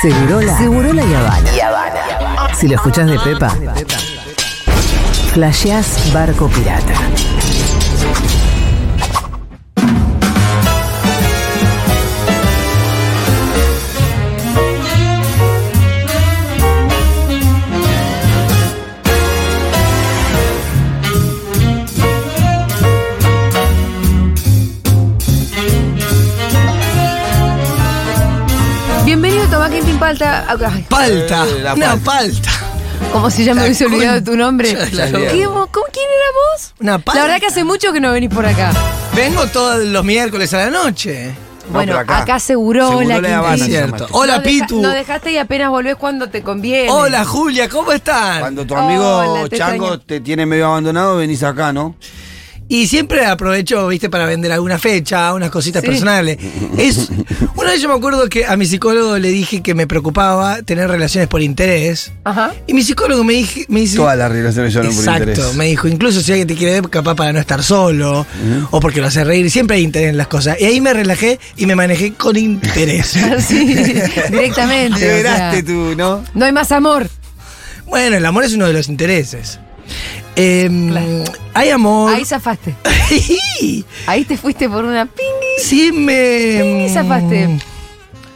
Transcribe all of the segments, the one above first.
Segurola. Segurola y Habana. Si lo escuchás de Pepa, flasheás barco pirata. Bienvenido a Tomás Quintín Palta. Ay, Palta. Eh, La una palta. palta. Como si ya me hubiese olvidado tu nombre. Claro. ¿Qué vos- ¿Con quién era vos? Una palta. La verdad que hace mucho que no venís por acá. Vengo todos los miércoles a la noche. Bueno, pero acá, acá. seguró Segurola la y Habana Es se Quintín. llama. cierto. llamaste. Hola No deja- Pitu. No dejaste y apenas volvés cuando te conviene. Hola Julia, ¿cómo están? Cuando tu amigo Hola, te Chango extraño. te tiene medio abandonado, venís acá, ¿no? Y siempre aprovecho, viste, para vender alguna fecha, unas cositas Sí. personales. Es, una vez yo me acuerdo que a mi psicólogo le dije que me preocupaba tener relaciones por interés. Ajá. Y mi psicólogo me, dije, me dice... Todas las relaciones son por Exacto, interés. me dijo, incluso si alguien te quiere ver, capaz para no estar solo, o porque lo hace reír, siempre hay interés en las cosas. Y ahí me relajé y me manejé con interés. Sí, directamente. o sea, Liberaste tú, ¿no? no hay más amor. Bueno, el amor es uno de los intereses. Em, Hay amor. Ahí zafaste. Ahí te fuiste por una pingui. sí, me. Pingui zafaste.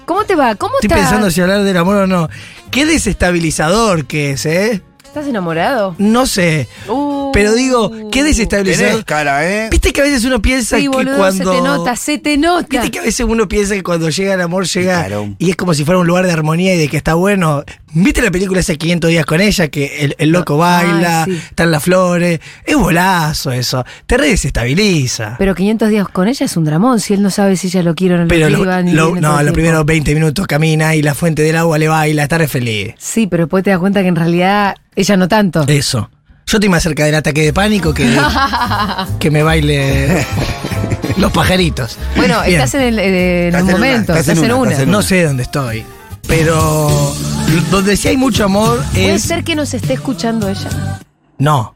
¿Cómo te va? ¿Cómo Em, Estoy estás? pensando si hablar del amor o no. Qué desestabilizador que es, ¿eh? ¿Estás enamorado? No sé. Uh. Pero digo, qué Tenés desestabilizador. cara, ¿eh? Viste que a veces uno piensa Sí, que boludo, cuando. se te nota, se te nota. Viste que a veces uno piensa que cuando llega el amor llega Claro. y es como si fuera un lugar de armonía y de que está bueno. ¿Viste la película esa 500 días con ella? Que el, el loco Ay, baila, sí. están las flores. Es bolazo eso. Te re desestabiliza. Pero 500 días con ella es un dramón, si él no sabe si ella lo quiere o no Pero lo lo- quiere. van y lo- vienen todo no, el los tiempo. primeros 20 minutos camina y la fuente del agua le baila, está re feliz. Sí, pero después te das cuenta que en realidad ella no tanto. Eso. Yo estoy más cerca del ataque de pánico que, que me baile los pajaritos. Bueno, Bien. estás en el eh, en Estás un en una, momento, estás en una. estás en No sé dónde estoy, pero donde sí hay mucho amor Puede es... ser que nos esté escuchando ella. No,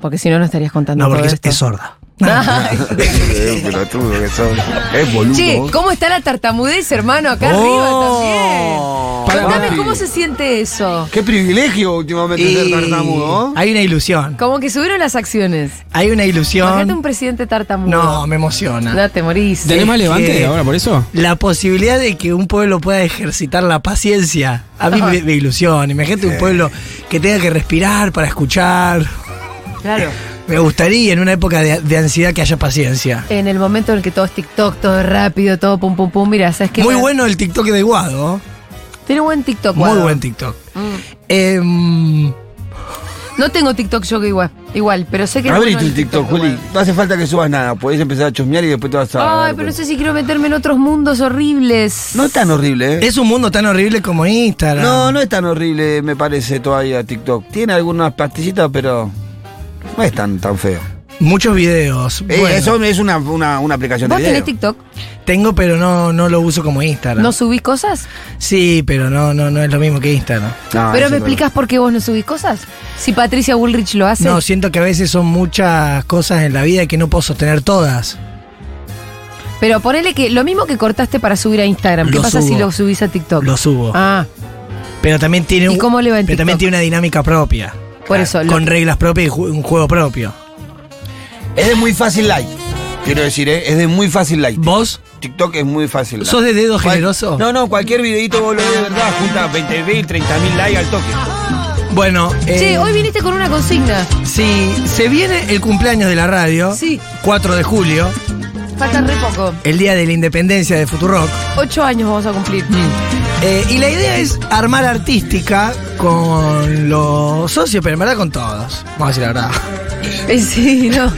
Porque si no, no estarías contando no, todo porque es, esto. es sorda. Ay. Eh, pelotudo que sos. Es boludo. Che, ¿cómo está la tartamudez, hermano? Acá Oh. arriba también. Contame Papi. cómo se siente eso. Qué privilegio últimamente ser Y tartamudo, ¿no? Hay una ilusión, Como que subieron las acciones. hay Imagínate una un ilusión. presidente tartamudo. No, me emociona. No, te morís. ¿Tenés más levante que- ahora por eso? La posibilidad de que un pueblo pueda ejercitar la paciencia, a mí me, me ilusiona. Imagínate un pueblo que tenga que respirar para escuchar. Claro. Me gustaría en una época de, de ansiedad que haya paciencia. En el momento en el que todo es TikTok, todo es rápido, todo pum pum pum, mira, ¿sabes qué? Muy bueno el TikTok de Guado. ¿eh? Tiene buen TikTok, Muy Guado. buen TikTok. Mm. Em, No tengo TikTok yo que igual, igual, pero sé que... es Abrí bueno tu el TikTok, Juli. igual. No hace falta que subas nada. Podés empezar a chusmear y después te vas a. Ay, pero no sé si quiero meterme en otros mundos horribles. No es tan horrible, ¿eh? es un mundo tan horrible como Instagram. No, no es tan horrible, me parece todavía TikTok. Tiene algunas pastillitas, pero. No es tan, tan feo. Muchos videos. Eh, Bueno, Eso es una, una, una aplicación ¿Vos de video. tenés TikTok? Tengo, pero no, no lo uso como Instagram. ¿No subís cosas? Sí, pero no, no, no es lo mismo que Instagram. No, ¿Pero eso me no. explicás por qué vos no subís cosas? Si Patricia Bullrich lo hace. No, siento que a veces son muchas cosas en la vida que no puedo sostener todas. Pero ponele que lo mismo que cortaste para subir a Instagram, ¿qué Lo pasa subo. si lo subís a TikTok? Lo subo. Ah, Pero también tiene ¿Y un- cómo le va en Pero TikTok? también tiene una dinámica propia. Por eso, lo- Con reglas propias y ju- un juego propio. Es de muy fácil like. Quiero decir, ¿eh? es de muy fácil like. ¿Vos? TikTok es muy fácil. like. ¿Sos de dedo Cual- generoso? No, no, cualquier videito vos lo ves de verdad, junta 20.000, 30.000 likes al toque. Bueno, eh, Che, hoy viniste con una consigna. si se viene el cumpleaños de la radio, Sí. 4 de julio, Falta re poco. el día de la independencia de Futurock, Ocho años vamos a cumplir. eh, y la idea es armar artística con los socios, pero en verdad con todos. Vamos a decir la verdad. Eh, sí, no.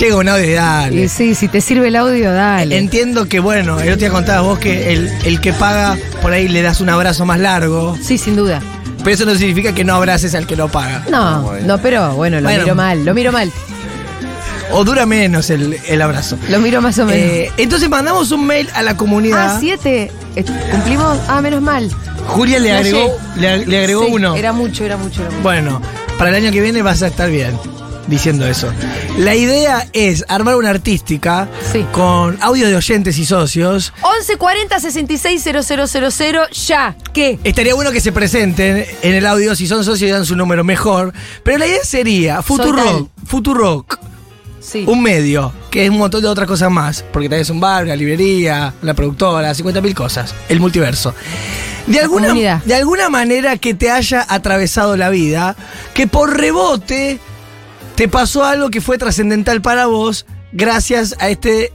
Llega un audio y Eh, dale. sí, si te sirve el audio, dale. Entiendo que, bueno, el otro día contabas vos que el, el que paga por ahí le das un abrazo más largo. sí, sin duda. Pero eso no significa que no abraces al que no paga. No, no, pero bueno, lo Ah, Bueno. miro mal, lo miro mal. O dura menos el, el abrazo. Lo miro más o menos. Eh, entonces mandamos un mail a la ah, comunidad. siete. Eh, Cumplimos. Ah, menos mal. Julia le agregó, le, le agregó Sí, uno. Era mucho, era mucho, era mucho. Bueno, para el año que viene vas a estar bien. diciendo eso. La idea es armar una artística Sí. con audio de oyentes y socios. 1140 66 000, ya. ¿Qué? Estaría bueno que se presenten en el audio si son socios y dan su número mejor. Pero la idea sería Soy Futurock, Futurock, Sí. un medio, que es un montón de otras cosas más, porque también es un bar, una librería, una productora, 50.000 cosas, el multiverso. De alguna, comunidad. de alguna manera que te haya atravesado la vida, que por rebote te pasó algo que fue trascendental para vos gracias a este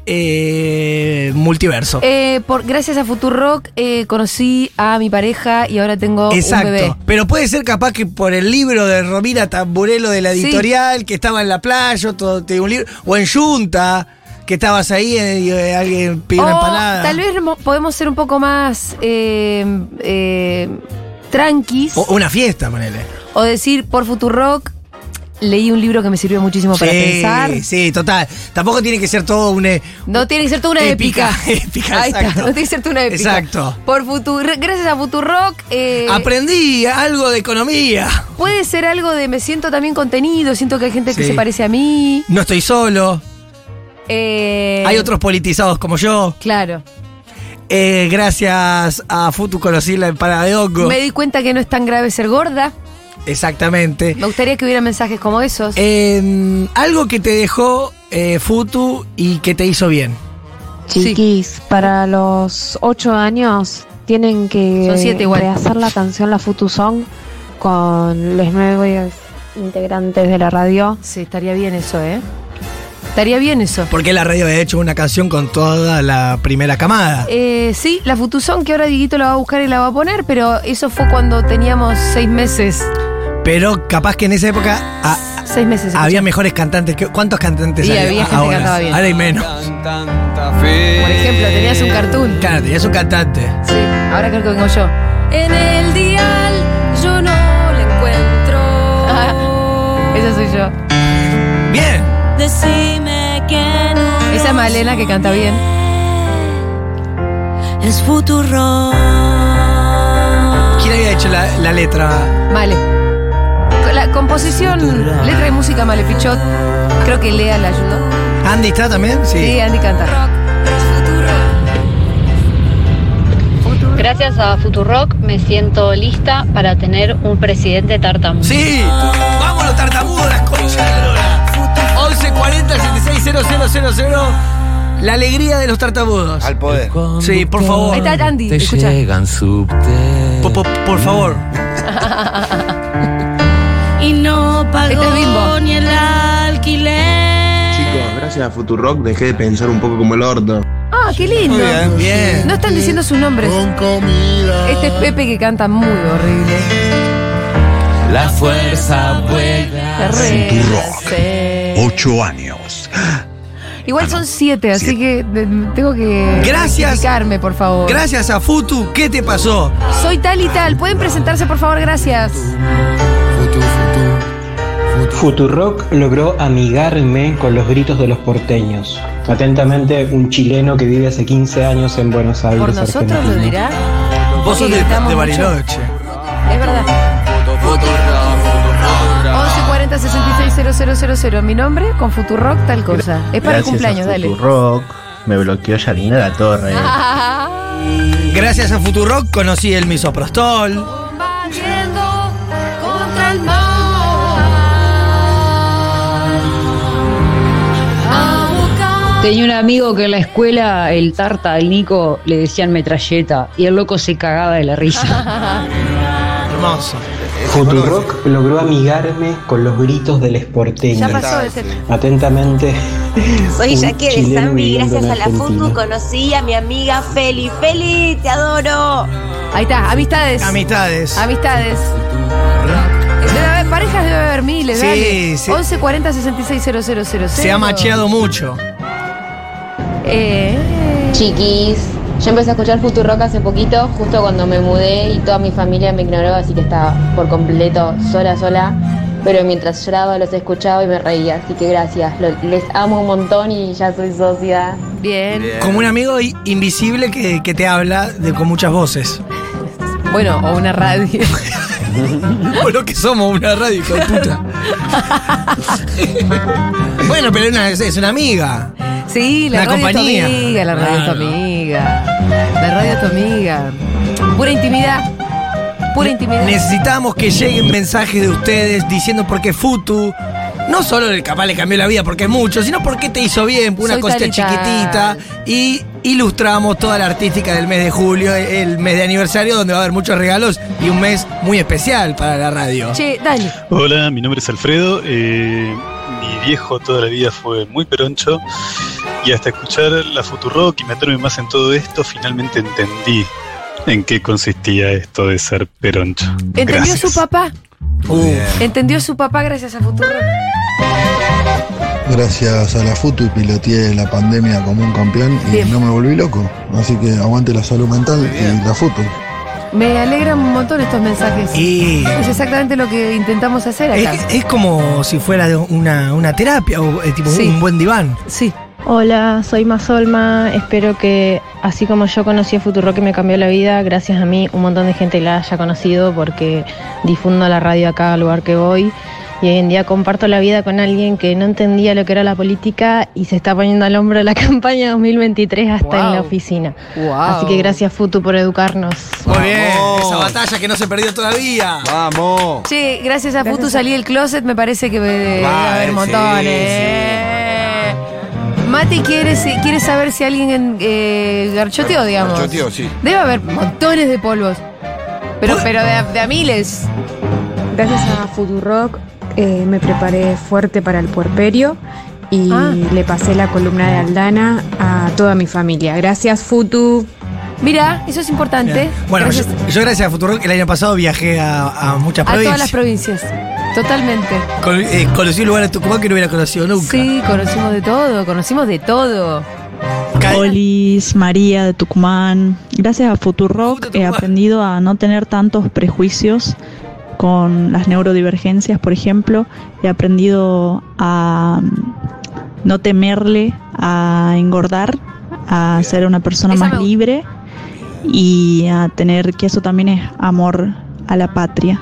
eh, multiverso. Eh, por, gracias a Futurock eh, conocí a mi pareja y ahora tengo un bebé. Exacto. Pero puede ser capaz que por el libro de Romina Tamburello de la Sí. editorial, que estaba en la playa, todo, te- un libro, o en Junta, que estabas ahí eh, y eh, alguien pidió una O empanada. Tal vez mo- podemos ser un poco más eh, eh, tranquis O o, una fiesta, ponele. decir por Futurock leí un libro que me sirvió muchísimo para pensar. sí, total. Tampoco tiene que ser todo un. eh, No tiene que ser toda una épica. Épica, Ahí está, exacto. no tiene que ser toda una épica. Exacto. Por Futur- gracias a Futurock eh, Aprendí algo de economía. puede ser algo de me siento también contenido, siento que hay gente que Sí. se parece a mí. No estoy solo. eh, Hay otros politizados como yo. Claro. Eh, gracias a Futu conocí la empanada de hongo. Me di cuenta que no es tan grave ser gorda. Exactamente. Me gustaría que hubiera mensajes como esos. Eh, algo que te dejó eh, Futu y que te hizo bien. Sí. Chiquis, para los ocho años tienen que Son siete igual. rehacer la canción La Futu Song con los nuevos integrantes de la radio. Sí, estaría bien eso, ¿eh? Estaría bien eso. Porque la radio había hecho una canción con toda la primera camada. Eh, sí, la Futuzón, que ahora Diguito la va a buscar y la va a poner, pero eso fue cuando teníamos seis meses. Pero capaz que en esa época ah, Seis meses. había mejores cantantes. que- ¿Cuántos cantantes Y había? había gente que ahora, cantaba bien. Ahora hay menos. Por ejemplo, tenías un cartoon. Claro, tenías un cantante. Sí, ahora creo que vengo yo. En el dial yo no le encuentro. Esa soy yo. Bien. Decime que no. Esa es Malena que canta bien. Es futuro. ¿Quién había hecho la, la letra? Male. La composición, letra y música Male Pichot. Creo que Lea la ayudó. ¿Andy está también? Sí. Sí, Andy canta. Gracias a Futurock me siento lista para tener un presidente tartamudo. Sí. Vamos los tartamudos, las conchas de la lora. 1140 76000. La alegría de los tartamudos. Al poder. Sí, por favor. Ahí está Andy, escucha. Po- po- Por, favor. Y no pagó Este es Bimbo. ni el alquiler. Chicos, gracias a Futurock dejé de pensar un poco como el orto. Ah, qué lindo. Muy bien. Bien. No están diciendo su nombre. Este es Pepe que canta muy horrible. La fuerza vuelve. La rehacer. Ocho años. Ah, Igual son siete, así que de- tengo que Gracias. rectificarme, por favor. Gracias a Futu, ¿qué te pasó? Soy tal y tal. Pueden presentarse, por favor, gracias. Futurock logró amigarme con los gritos de los porteños. Atentamente, un chileno que vive hace 15 años en Buenos Aires. Por nosotros lo Argentina. dirá. Vos sos de, gritamos de mucho. Bariloche. Es verdad. 1140 66 000. Mi nombre con Futurock, tal cosa. Es para el cumpleaños, dale. Futurock me bloqueó Yanina la Torre. Ah. Gracias a Futurock conocí el misoprostol. Combatiendo contra el mal. A buscar- Tenía un amigo que en la escuela, el tarta, el Nico, le decían metralleta y el loco se cagaba de la risa. Hermoso. Futurock logró amigarme con los gritos de los Ya porteños. pasó ese. Atentamente. Soy un Jackie de chileno Zambi, viviendo en gracias a la Argentina. FUTU conocí a mi amiga Feli. Feli, te adoro. Ahí está, amistades. Amistades. Amistades. Eh, Debe haber- parejas debe haber miles, Sí, dale. sí. 1140 66 000. Se ha macheado mucho. Eh. Chiquis, yo empecé a escuchar Futurock hace poquito, justo cuando me mudé y toda mi familia me ignoró, así que estaba por completo sola, sola. Pero mientras lloraba los escuchaba y me reía, así que gracias. Lo- les amo un montón y ya soy socia. Bien. Como un amigo i- invisible que, que te habla de, con muchas voces. Bueno, o una radio. Por lo que somos, una radio, hijo de puta. bueno, pero una- es, es una amiga. Sí, la, Una radio compañía. es tu amiga, la radio es tu Claro. amiga. La radio es tu amiga. Pura intimidad. Pura intimidad. Necesitamos que lleguen mensajes de ustedes diciendo por qué Futu. No solo el capaz le cambió la vida porque es mucho, sino porque te hizo bien, una Soy cosita tal y chiquitita. tal. Y ilustramos toda la artística del mes de julio, el mes de aniversario, donde va a haber muchos regalos y un mes muy especial para la radio. Che, dale. Hola, mi nombre es Alfredo. eh, mi viejo toda la vida fue muy peroncho y hasta escuchar la Futurock y meterme más en todo esto, finalmente entendí en qué consistía esto de ser peroncho. ¿Entendió Gracias. su papá? Uh. ¿Entendió su papá gracias a Futuro? Gracias a la Futu piloteé la pandemia como un campeón y Bien. no me volví loco. Así que aguante la salud mental y la Futu. Me alegran un montón estos mensajes. Y- Es exactamente lo que intentamos hacer acá. Es, es como si fuera de una, una terapia o eh, tipo Sí. un buen diván. Sí. Hola, soy Mazolma. Espero que, así como yo conocí a Futurock que me cambió la vida, gracias a mí un montón de gente la haya conocido porque difundo la radio a cada lugar que voy. Y hoy en día comparto la vida con alguien que no entendía lo que era la política y se está poniendo al hombro la campaña 2023 hasta en la Wow. oficina. Wow. Así que gracias Futu por educarnos. Muy bien, esa batalla que no se perdió todavía. Vamos. Che, gracias a Futu salí del closet, me parece que me debe Vale, haber sí, montones. sí. Eh. Mati quiere, si- quiere saber si alguien eh, garchoteó, digamos. Garchoteó, sí. Debe haber montones de polvos. Pero, pero de, a- de a miles. Gracias a Futurock eh, me preparé fuerte para el puerperio y Ah. le pasé la columna de Aldana a toda mi familia. Gracias Futu. Mira, eso es importante. Bueno, Gracias yo, yo gracias a Futurock el año pasado viajé a, a muchas a todas las provincias. provincias. Totalmente. Con- eh, conocí un lugar de Tucumán que no hubiera conocido nunca. Sí, conocimos de todo, conocimos de todo. Olis, María de Tucumán. Gracias a Futurock he aprendido a no tener tantos prejuicios con las neurodivergencias, por ejemplo. He aprendido a mm, no temerle a engordar, a ser una persona Esa me más gusta. libre y a tener que eso también es amor a la patria.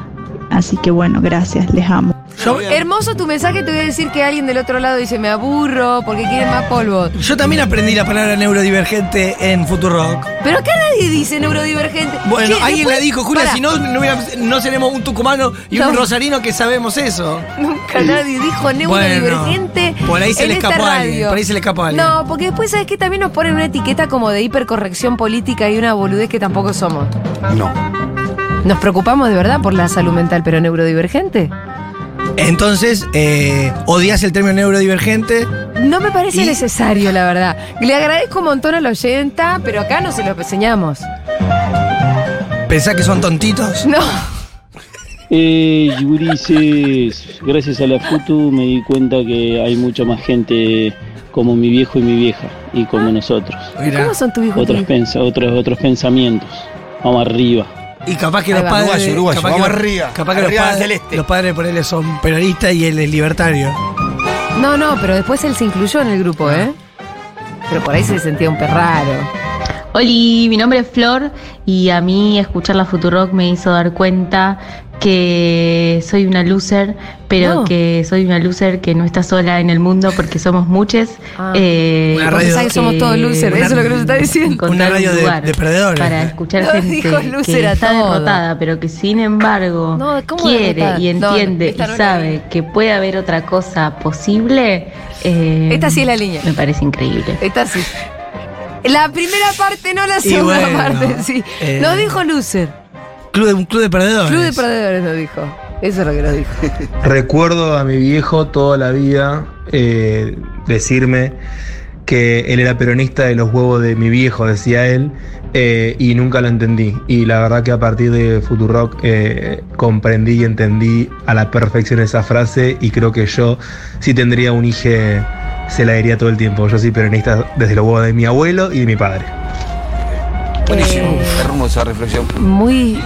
Así que bueno, gracias, les amo. er, Hermoso tu mensaje, te voy a decir que alguien del otro lado dice me aburro porque quieren más polvo. Yo también aprendí la palabra neurodivergente en Futurock. Pero acá nadie dice neurodivergente. Bueno, Che, alguien después- la dijo, Julia, Pará, si no, no, hubiera- no seremos un tucumano y un No. rosarino que sabemos eso. Nunca nadie dijo neurodivergente. por ahí se en le esta escapó a radio. alguien, por ahí se le escapó a alguien. No, porque después sabes que también nos ponen una etiqueta como de hipercorrección política y una boludez que tampoco somos. No. Nos preocupamos de verdad por la salud mental, pero neurodivergente. Entonces, eh, odias el término neurodivergente. No me parece necesario, la verdad. Le agradezco un montón a la oyenta, pero acá no se lo enseñamos. ¿Pensás que son tontitos? No. Eh, Ulises, gracias a la Futu me di cuenta que hay mucha más gente como mi viejo y mi vieja y como nosotros. ¿Cómo son tus hijos? Otros, pensa- otros, otros pensamientos. Vamos arriba. Y capaz que Ahí los va. padres. Uruguayo, uruguayo, capaz que vamos los- arriba, Capaz que arriba los, del padres, celeste. los padres por él son peronistas y él es libertario. No, no, pero después él se incluyó en el grupo, Ah. ¿eh? Pero por ahí se sentía un perraro. Oli, mi nombre es Flor y a mí escuchar la Futurock me hizo dar cuenta que soy una loser, pero No. que soy una loser que no está sola en el mundo porque somos eh, muchos. Ah. Una radio- Pensá que somos todos losers, eso es lo que nos está diciendo. encontrar Una radio un de- lugar de perdedores. ¿eh? Para escuchar No, gente dijo loser que a está todo. derrotada, pero que sin embargo No, ¿cómo quiere derrotada? y No, entiende esta y no es la sabe que puede haber otra cosa posible. eh, Esta sí es la línea. Me parece increíble. Está así. La primera parte, no la Y segunda bueno, parte, sí. eh. Nos dijo loser. Club de, un club de perdedores. Club de perdedores nos dijo. Eso es lo que nos dijo. Recuerdo a mi viejo toda la vida eh, decirme que él era peronista de los huevos de mi viejo, decía él, eh, y nunca lo entendí. Y la verdad que a partir de Futurock eh, comprendí y entendí a la perfección esa frase y creo que yo si tendría un hijo se la diría todo el tiempo. Yo soy peronista desde los huevos de mi abuelo y de mi padre. Buenísimo. Hermosa reflexión. Muy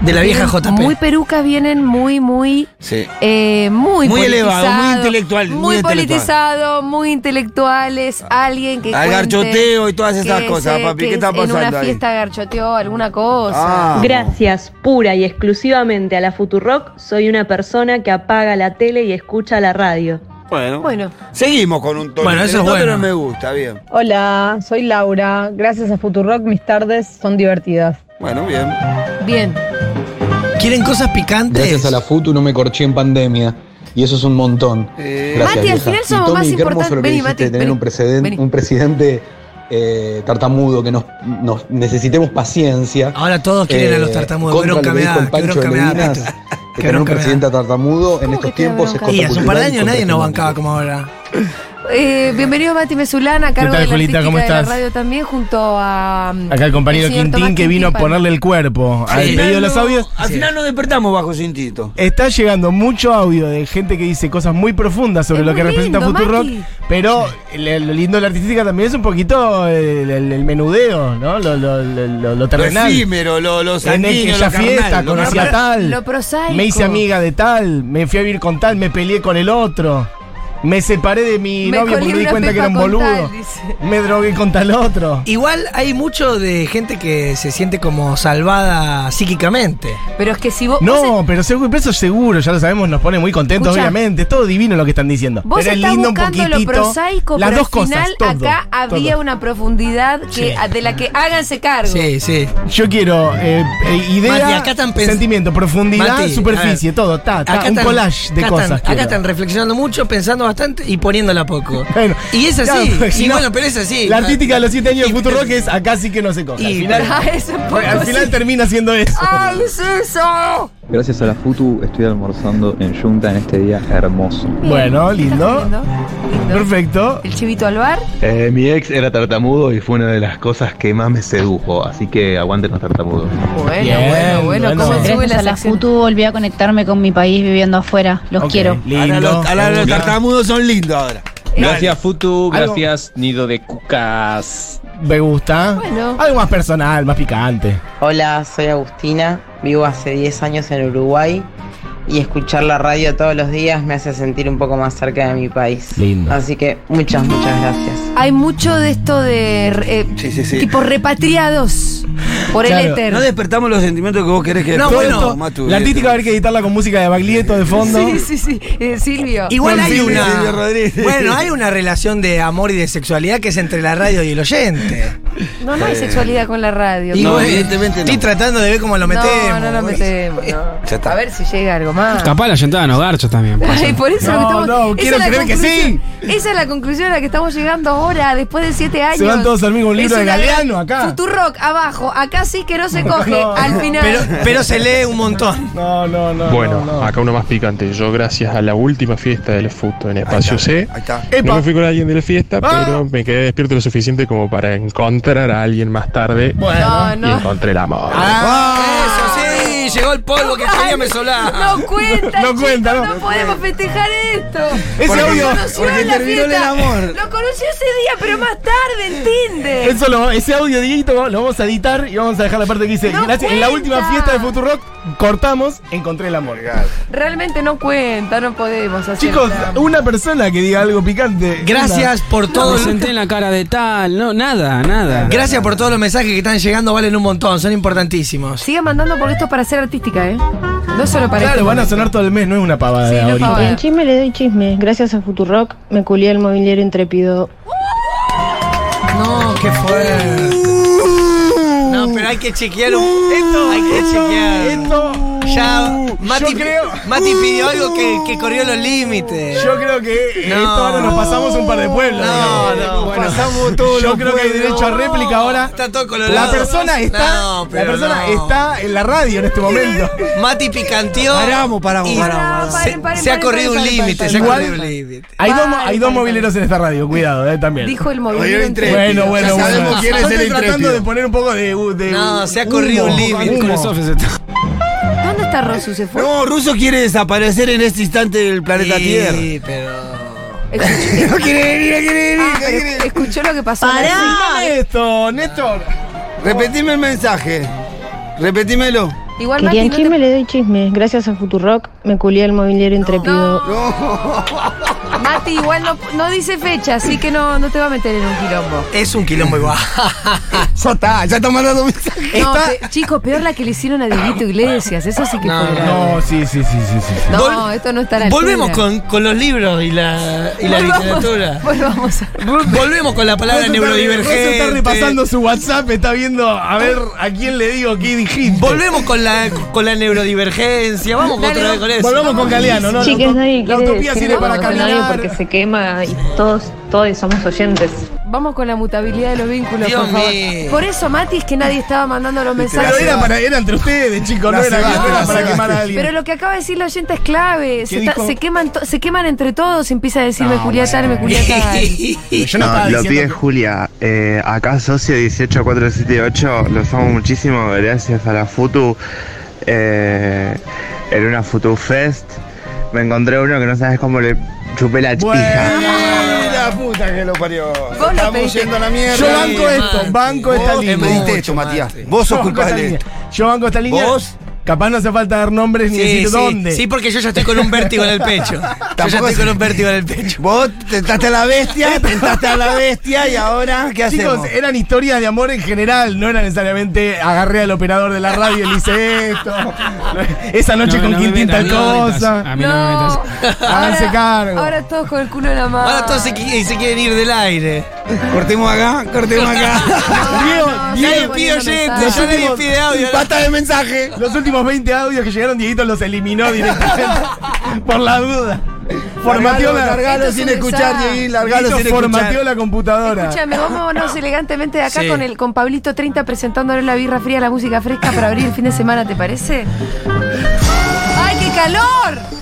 De la vieja Vienen JP. Muy perucas vienen muy, muy. Sí. eh, muy Muy elevado, muy politizado, intelectual, Muy, muy intelectual. politizado, muy intelectuales. Alguien que. Al cuente garchoteo y todas esas que cosas, se- papi, que ¿qué está En pasando una ahí? fiesta garchoteó alguna cosa. Ah. Gracias pura y exclusivamente a la Futurock, soy una persona que apaga la tele y escucha la radio. Bueno. Bueno. Seguimos con un tono. Bueno, eso es No, bueno. Pero me gusta, bien. Hola, soy Laura. Gracias a Futurock mis tardes son divertidas. Bueno, bien. Bien. ¿Quieren cosas picantes? Gracias a la FUTU no me corché en pandemia. Y eso es un montón. Eh, Gracias, Mati, al vieja. final Y somos más qué hermoso lo importantes. que Vení, dijiste Mati, de tener vení, un, preceden- vení. un presidente eh, tartamudo, que nos, nos necesitemos paciencia. Eh, Ahora todos quieren a Eh, los tartamudos. Qué contra lo bronca que me dijo da, el qué Pancho bronca me da, Levinas, Pancho. que tener un bronca me da. presidente tartamudo en estos tiempos es Y hace un par de contracultural y años nadie contrahegemónico. nos bancaba como ahora. Eh, bienvenido Mati Mesulán, a cargo tal, de la Julita? artística ¿Cómo de la estás? radio también, junto a. um, Acá el compañero señor Quintín Tomás que vino a Quintín ponerle el cuerpo al Al pedido de final los no- audios. Al final nos despertamos bajo su instinto. Está llegando mucho audio de gente que dice cosas muy profundas sobre lo que representa lindo, Futurock, Maki. pero le- lo lindo de la artística también es un poquito el, el- el menudeo, ¿no? Lo, lo, lo- lo- Pues lo terrenal. efímero, lo- lo En el sanguíneo, que lo ya carnal, fiesta, lo conocí a carnal. tal. Lo prosaico. Me hice amiga de tal, me fui a vivir con tal, me peleé con el otro. Me separé de mi Me novio colé porque me di una cuenta que pepa era un con boludo. tal, dice. me drogué con tal otro. Igual hay mucho de gente que se siente como salvada psíquicamente. Pero es que si vos. vos No, pero seguro, pero eso seguro, ya lo sabemos, nos pone muy contentos, Escuchá. obviamente. Es todo divino lo que están diciendo. Vos pero es estás lindo un buscando lo poquitito. prosaico, las pero dos al cosas, final todo, acá había todo. una profundidad que, de la que háganse cargo. sí. Yo quiero eh, eh, idea, Mati, acá están pens- sentimiento, profundidad, Mati, superficie, a ver, todo, ta, ta, acá un están- collage de acá cosas. están- quiero. acá están reflexionando mucho, pensando bastante y poniéndola poco. Bueno, y es claro, así. porque si y no, bueno, pero es así. La artística de los 7 años Y- de Futuro Rock es acá sí que no se coge. Y- al final, Ah, eso es poco, al final ¿Ah? sí. termina siendo eso. ¡Ay, es eso! Gracias a la Futu estoy almorzando en Junta en este día hermoso. Bueno, Lindo, lindo. lindo. Perfecto. El chivito al bar. Eh, mi ex era tartamudo y fue una de las cosas que más me sedujo, así que aguanten los tartamudos. Bueno, Bien, bueno, bueno, bueno. ¿cómo sube Gracias la a la sección? Futu volví a conectarme con mi país viviendo afuera. Los quiero. Lindo. Ahora los, ahora los Bien. tartamudos son lindos ahora. Gracias Futu, Algo- gracias Nido de Cucas. Me gusta. Bueno. Algo más personal, más picante. Hola, soy Agustina, vivo hace 10 años en Uruguay y escuchar la radio todos los días me hace sentir un poco más cerca de mi país. Lindo. Así que muchas, muchas gracias. Hay mucho de esto de eh, tipo repatriados por el éter. No despertamos los sentimientos que vos querés que No, despertemos, bueno, Matu, la eh. artística va a haber que editarla con música de Baglietto de fondo. Sí, sí, sí. Eh, Silvio. Igual Con hay Silvio, una. Silvio Rodríguez. Bueno, hay una relación de amor y de sexualidad que es entre la radio y el oyente. No, no hay sexualidad con la radio. Y No, bueno, evidentemente Estoy tratando de ver cómo lo metemos. No, no lo güey. metemos. no. A ver si llega algo más. Capaz la sentada nos garcha también. pues. pasa. Ay, por eso lo que No, estamos. no, esa quiero es la creer que sí. conclusión- Esa es la conclusión a la que estamos llegando ahora, después de siete años. Se van todos al mismo Es libro de una gran- Galeano acá. Futurock abajo, acá sí que no se coge No, al no. final. Pero, pero se lee un montón. No, no, no. Bueno, no, no. acá uno más picante. Yo, gracias a la última fiesta del fútbol en Espacio C, Epa. no me fui con alguien de la fiesta, Ah. pero me quedé despierto lo suficiente como para encontrar a alguien más tarde. Bueno. No, Y no. encontré el amor. Ah, eso sí, llegó el polvo que quería me solar. No cuenta, No chicos, cuenta, no. no. podemos festejar esto. Ese Porque audio- lo conoció porque en la terminó el fiesta. amor. Lo conoció ese día, pero más tarde en Tinder. Eso lo- ese audio, Dieguito, lo vamos a editar y vamos a dejar la parte que dice: No gracias, En la cuenta. última fiesta de Futurock cortamos, encontré el amor. Realmente no cuenta, no podemos hacer. Chicos, nada. una persona que diga algo picante. Gracias Una- por todo. Me senté en la cara de tal, no, nada, nada. Gracias por todos los mensajes que están llegando, valen un montón, son importantísimos. Sigue mandando porque esto es para ser artística, ¿eh? No solo para Claro, este van a momento. sonar todo el mes, no es una pavada Sí, no es ahorita. pavada. En chisme le doy chisme. Gracias a Futurock me culié el mobiliario intrépido. No, qué fuerte. No, pero hay que chequear un. Esto hay que chequear. Esto. uh, Ya, Mati, Yo creo- Uh. Mati pidió algo que, que corrió los límites. Yo creo que No. esto ahora nos pasamos un par de pueblos. No, no, pasamos todos Yo los creo que hay pueblos. derecho a réplica ahora. Está todo colorado. La persona está, No, la pero persona no. está en la radio en este momento. Mati picanteó. Paramos, paramos, y paramos, Se, paramos. se ha corrido un límite, se ha Igual, corrido un límite. Hay dos, Paren, hay dos paren, mobileros en esta radio, cuidado, eh, también. Dijo el mobiliario intrépido. Bueno, bueno, Ya bueno. sabemos quién es Yo el estoy tratando intrépido. de poner un poco de. de No, se ha corrido humo, un límite. humo. Con los ¿Dónde está Rosu? ¿Se fue? No, Russo quiere desaparecer en este instante del planeta Tierra. Sí, pero. Escuchó- No quiere venir, no quiere venir, Ah, no pero quiere venir. Escuchó lo que pasó. Pará. Ah, Esto, Néstor. Repetime el mensaje. Repetímelo. Igual Querían Mati, no chisme, le doy chisme. Gracias a Futurock me culié el mobiliario intrépido. Mati igual no, no dice fecha, así que no, no te va a meter en un quilombo. Es un quilombo igual. ya está, ya está mandando mensajes. No, pe- chicos, peor la que le hicieron a Dieguito Iglesias, eso sí que fue grave. No, sí, sí, sí, sí, sí. No, Vol- esto no está a la Volvemos altura. con, con los libros y la, y la Volvamos- literatura. Volvamos a... Volvemos con la palabra Rosu está- Rosu neurodivergente. está repasando su WhatsApp, está viendo a ver a quién le digo qué dijiste. Volvemos con la, con la neurodivergencia. Vamos Dale, otra vez con eso. volvamos con Galeano, ¿no? Chicos, nadie la quiere utopía decir sirve para nada con nadie caminar. porque se quema y todos, todos somos oyentes. Vamos con la mutabilidad de los vínculos, Dios por favor. mío. Por eso, Mati, es que nadie estaba mandando los mensajes. Pero era, para, era entre ustedes, chicos, La no era, cebaste, no era la Ah, para cebaste. quemar a alguien. Pero lo que acaba de decir la oyente es clave. Se, está- dijo? se queman, to- se queman entre todos y empieza a decir, me culié a tal, me culié a tal. Yo no estaba lo pide diciendo. Julia. Eh, acá socio 18478, los amo muchísimo, gracias a la Futu. Eh, en una Futu Fest me encontré uno que no sabes cómo le chupé la pija. La puta que lo parió. lo Estamos pediste. yendo a la mierda. Yo banco esto, banco esta Vos línea. me diste esto, Matías. Vos sos Yo banco esta culpable. línea. Yo banco esta línea. Vos. Capaz no hace falta dar nombres ni Sí, decir sí, dónde. sí, porque yo ya estoy con un vértigo en el pecho. Yo ya Tampoco estoy es- con un vértigo en el pecho. Vos tentaste a la bestia, eh, tentaste a la bestia y ahora, ¿qué Chicos, hacemos? eran historias de amor en general, no era necesariamente agarré al operador de la radio y le hice esto. Esa noche No, con no me Quintín metas, tal no me metas. cosa. A mí no, me metas. Háganse cargo. ahora todos con el culo en la mano. Ahora todos se, qui- se quieren ir del aire. Cortemos acá, cortemos acá. Diego, Nadie sigo pide poniendo oyente, mensajes. ya nadie pide audio. Pata de mensaje. Los últimos 20 audios que llegaron, Dieguito los eliminó directamente. por la duda. Formateó Largalo, la. Esto largalo es sin un escuchar, mensaje. Dieguín, largalo Dieguito sin formateó escuchar. la computadora. Escúchame, vámonos elegantemente de acá Sí. con el con Pablito 30 presentándole la birra fría, la música fresca para abrir el fin de semana, ¿te parece? ¡Ay, qué calor!